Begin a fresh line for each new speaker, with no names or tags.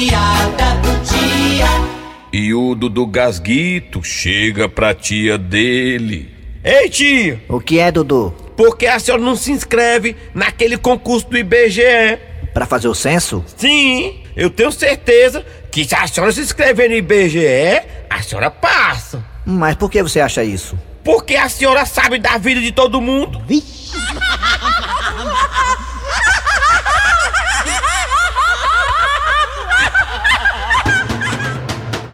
piada do dia.
E o Dudu Gasguito chega pra tia dele.
Ei, tio,
O que é, Dudu?
por que a senhora não se inscreve naquele concurso do IBGE?
Pra fazer o censo?
Sim, eu tenho certeza que se a senhora se inscrever no IBGE, a senhora passa.
Mas por que você acha isso?
Porque a senhora sabe da vida de todo mundo.
Vixe!